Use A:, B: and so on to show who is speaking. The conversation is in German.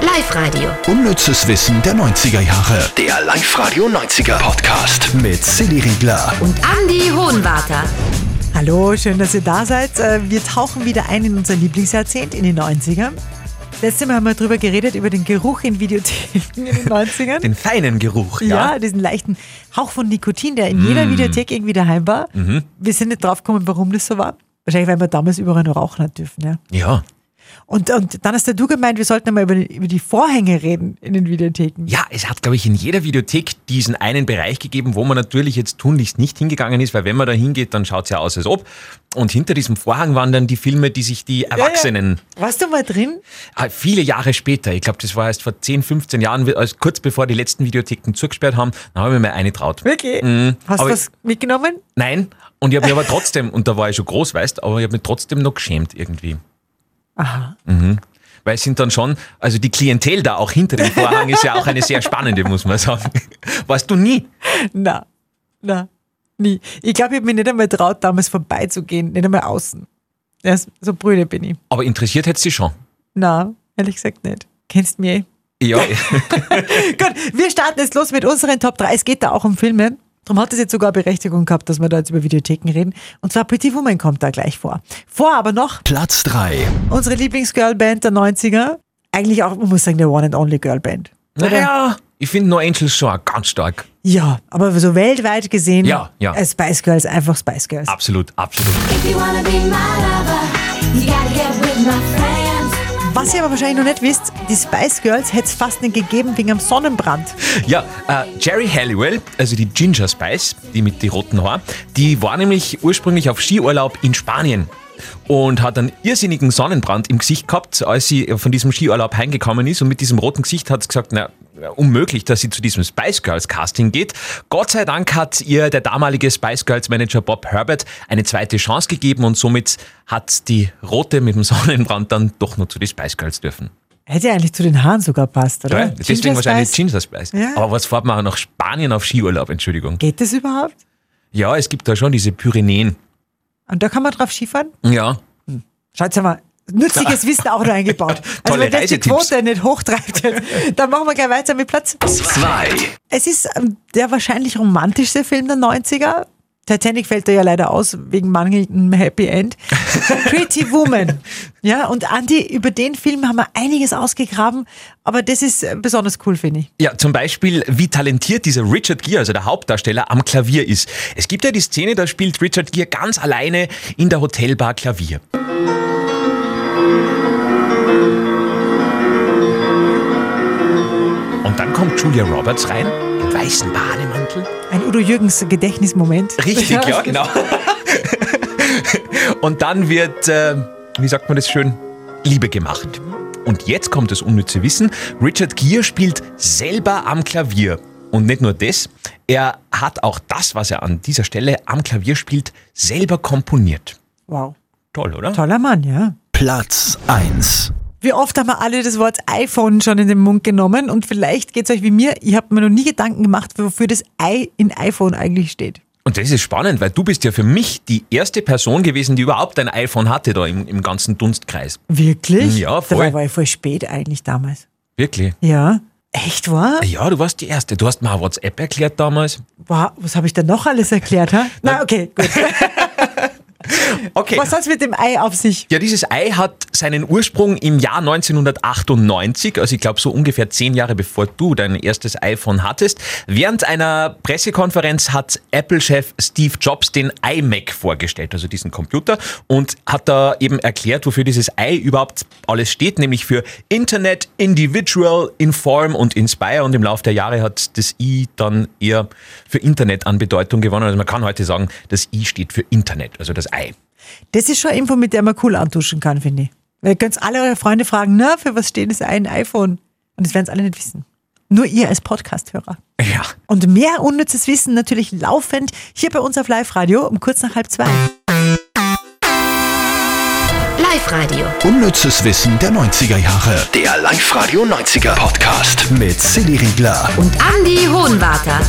A: Live-Radio.
B: Unnützes Wissen der 90er Jahre.
C: Der Live-Radio 90er Podcast.
B: Mit Silly Riegler.
A: Und Andy Hohenwarter.
D: Hallo, schön, dass ihr da seid. Äh, Wir tauchen wieder ein in unser Lieblingsjahrzehnt, in die 90er. Letztes Mal haben wir darüber geredet, über den Geruch in Videotheken in den 90ern.
E: Den feinen Geruch,
D: ja.
E: ja. Mm.
D: diesen leichten Hauch von Nikotin, der in jeder Videothek irgendwie daheim war.
E: Mhm.
D: Wir sind nicht drauf gekommen, warum das so war. Wahrscheinlich, weil wir damals überall nur rauchen hat dürfen. Ja.
E: Ja.
D: Und, und dann hast ja du gemeint, wir sollten einmal über, die- über die Vorhänge reden in den Videotheken.
E: Ja, es hat, glaube ich, in jeder Videothek diesen einen Bereich gegeben, wo man natürlich jetzt tunlichst nicht hingegangen ist, weil wenn man da hingeht, dann schaut's ja aus, als ob. Und hinter diesem Vorhang waren dann die Filme, die sich die Erwachsenen
D: Warst du mal drin?
E: Ah, viele Jahre später, ich glaube, das war erst vor 10, 15 Jahren, als kurz bevor die letzten Videotheken zugesperrt haben, dann habe ich mir eine traut.
D: Wirklich? Hast du
E: Mm. aber-
D: was mitgenommen?
E: Nein, und ich habe mich aber trotzdem, und da war ich schon groß, weißt, aber ich habe mich trotzdem noch geschämt irgendwie.
D: Aha.
E: Weil es sind dann schon, also die Klientel da auch hinter dem Vorhang ist ja auch eine sehr spannende, muss man sagen. Warst du nie?
D: Na, na, nie. Ich glaube, ich habe mich nicht einmal traut, damals vorbeizugehen, nicht einmal außen. Ja, so- so brüde bin ich.
E: Aber interessiert hätte sie schon.
D: Na, ehrlich gesagt nicht. Kennst mich eh.
E: Ja,
D: Gut, wir starten jetzt los mit unseren Top 3. Es geht da auch um Filme. Darum hat es jetzt sogar Berechtigung gehabt, dass wir da jetzt über Videotheken reden. Und zwar Pretty Woman kommt da gleich vor. Vor aber noch
B: Platz 3.
D: unsere Lieblingsgirlband der 90er. Eigentlich auch, man muss sagen, der One and Only Girlband.
E: naja, ich finde No Angels schon auch ganz stark.
D: Ja, aber so weltweit gesehen,
E: Ja, ja.
D: äh, Spice Girls, einfach Spice Girls.
E: Absolut, absolut.
F: If you wanna be my lover, you gotta get with my friends.
D: Was ihr aber wahrscheinlich noch nicht wisst, die Spice Girls hätte es fast nicht gegeben wegen einem Sonnenbrand.
E: Ja, äh, Jerry Halliwell, also die Ginger Spice, die mit den roten Haaren, die war nämlich ursprünglich auf Skiurlaub in Spanien und hat einen irrsinnigen Sonnenbrand im Gesicht gehabt, als sie von diesem Skiurlaub heimgekommen ist und mit diesem roten Gesicht hat sie gesagt, na, unmöglich, dass sie zu diesem Spice Girls Casting geht. Gott sei Dank hat ihr der damalige Spice Girls Manager Bob Herbert eine zweite Chance gegeben und somit hat die Rote mit dem Sonnenbrand dann doch nur zu den Spice Girls dürfen.
D: Hätte ja eigentlich zu den Haaren sogar passt, oder?
E: Ja,
D: Ginger
E: deswegen wahrscheinlich
D: Spice.
E: Ginger Spice.
D: Ja.
E: Aber was fährt man nach Spanien auf Skiurlaub? Entschuldigung.
D: Geht das überhaupt?
E: Ja, es gibt da schon diese Pyrenäen.
D: Und da kann man drauf Skifahren?
E: Ja.
D: Schaut mal, nützliches Wissen auch noch eingebaut. Also
E: Tolle
D: wenn das die
E: Reisetipps.
D: Quote nicht hochtreibt, jetzt, dann machen wir gleich weiter mit Platz.
C: 2.
D: Es ist ähm, der wahrscheinlich romantischste Film der 90er. Titanic fällt da ja leider aus wegen mangelndem Happy End. Pretty Woman. Ja, und Andy, über den Film haben wir einiges ausgegraben, aber das ist äh, besonders cool, finde ich.
E: Ja, zum Beispiel, wie talentiert dieser Richard Gere, also der Hauptdarsteller, am Klavier ist. Es gibt ja die Szene, da spielt Richard Gere ganz alleine in der Hotelbar Klavier. Und dann kommt Julia Roberts rein, im weißen Bademantel.
D: Ein Udo Jürgens Gedächtnismoment.
E: Richtig, ja, genau. Und dann wird, äh, wie sagt man das schön, Liebe gemacht. Und jetzt kommt das unnütze Wissen. Richard Gere spielt selber am Klavier. Und nicht nur das, er hat auch das, was er an dieser Stelle am Klavier spielt, selber komponiert.
D: Wow.
E: Toll, oder?
D: Toller Mann, ja.
B: Platz 1.
D: Wie oft haben wir alle das Wort iPhone schon in den Mund genommen und vielleicht geht es euch wie mir, ich habe mir noch nie Gedanken gemacht, wofür das I in iPhone eigentlich steht.
E: Und das ist spannend, weil du bist ja für mich die erste Person gewesen, die überhaupt ein iPhone hatte da im, im ganzen Dunstkreis.
D: Wirklich?
E: Ja, voll.
D: Dabei war ich voll spät eigentlich damals.
E: Wirklich?
D: Ja. Echt wahr?
E: Ja, du warst die Erste. Du hast mir auch WhatsApp erklärt damals.
D: Wow, was habe ich denn noch alles erklärt? Ha? Na, okay, gut.
E: Okay.
D: Was hat's mit dem Ei auf sich?
E: Ja, dieses Ei hat seinen Ursprung im Jahr 1998, also ich glaube so ungefähr zehn Jahre bevor du dein erstes iPhone hattest. Während einer Pressekonferenz hat Apple-Chef Steve Jobs den iMac vorgestellt, also diesen Computer, und hat da eben erklärt, wofür dieses Ei überhaupt alles steht, nämlich für Internet, Individual, Inform und Inspire. Und im Laufe der Jahre hat das I dann eher für Internet an Bedeutung gewonnen. Also man kann heute sagen, das I steht für Internet, also das Ei.
D: Das ist schon eine Info, mit der man cool antuschen kann, finde ich. Weil ihr könnt alle eure Freunde fragen, na, für was steht das Ei in iPhone? Und das werden es alle nicht wissen. Nur ihr als Podcast-Hörer.
E: Ja.
D: Und mehr unnützes Wissen natürlich laufend hier bei uns auf Live-Radio um kurz nach halb zwei.
A: Live-Radio.
B: Unnützes Wissen der 90er Jahre.
C: Der Live-Radio 90er Podcast.
B: Mit Silly Riegler.
A: Und Andy Hohenwarter.